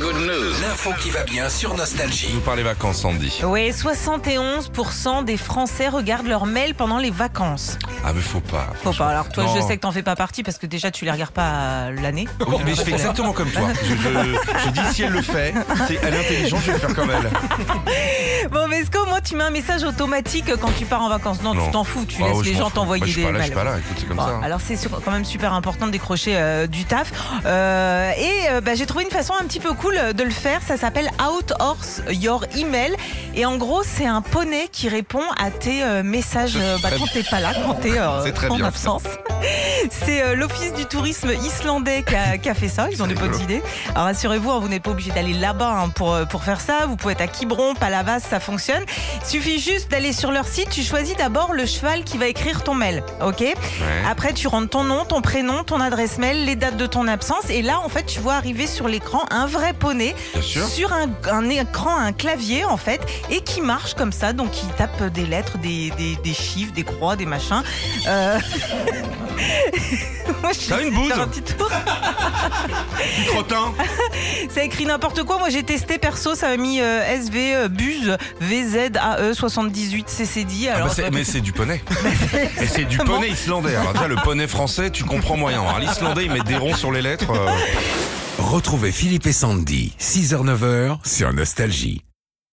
Good news. L'info qui va bien sur Nostalgie. Nous parlez vacances, Sandy. Oui, 71% des Français regardent leurs mails pendant les vacances. Ah, mais faut pas. Faut pas. Alors toi, Non. je sais que t'en fais pas partie parce que déjà tu les regardes pas euh, l'année. Oui, mais je fais exactement comme toi. Je, je- je dis si elle le fait, c'est, elle est intelligente, je vais faire comme elle. Bon, mais est-ce qu'au moins tu mets un message automatique quand tu pars en vacances Non, tu t'en fous, tu Ah laisses ouais, je les m'en gens fous. t'envoyer Moi, des Je suis pas là, je mails. suis pas là, écoute, c'est comme Bon, ça. Bah, hein. alors c'est sur- quand même super important de décrocher euh, du taf. Euh, et euh, bah, j'ai trouvé une façon un petit peu cool euh, de le faire. Ça s'appelle Outsource Your Email. Et en gros, c'est un poney qui répond à tes euh, messages euh, bah, Très quand t'es pas là, quand t'es euh, C'est très en bien, ça. absence. C'est euh, l'Office du tourisme islandais qui a, qui a fait ça. Ils ont des bonnes idées. Alors rassurez-vous, hein, vous n'êtes pas obligé d'aller là-bas hein, pour, euh, pour faire ça. Vous pouvez être à Quiberon, Palavas, ça fonctionne. Il suffit juste d'aller sur leur site. Tu choisis d'abord le cheval qui va écrire ton mail. OK Ouais. après, tu rentres ton nom, ton prénom, ton adresse mail, les dates de ton absence. Et là, en fait, tu vois arriver sur l'écran un vrai poney Bien sûr. sur un, un écran, un clavier, en fait, et qui marche comme ça. Donc, il tape des lettres, des, des- des chiffres, des croix, des machins. Euh... Moi, je T'as vais une bouse faire un petit tour. Petit Crottin. Ça écrit n'importe quoi. Moi, j'ai testé perso. Ça m'a mis euh, SV euh, Buse VZAE 78 CCD. Ah Alors, bah, c'est- mais c'est du poney. Et c'est du Exactement. poney islandais. Alors déjà, le poney français, tu comprends moyen. Alors, l'islandais, ils mettent des ronds sur les lettres. euh, Retrouvez Philippe et Sandy, 6h-9h sur Nostalgie.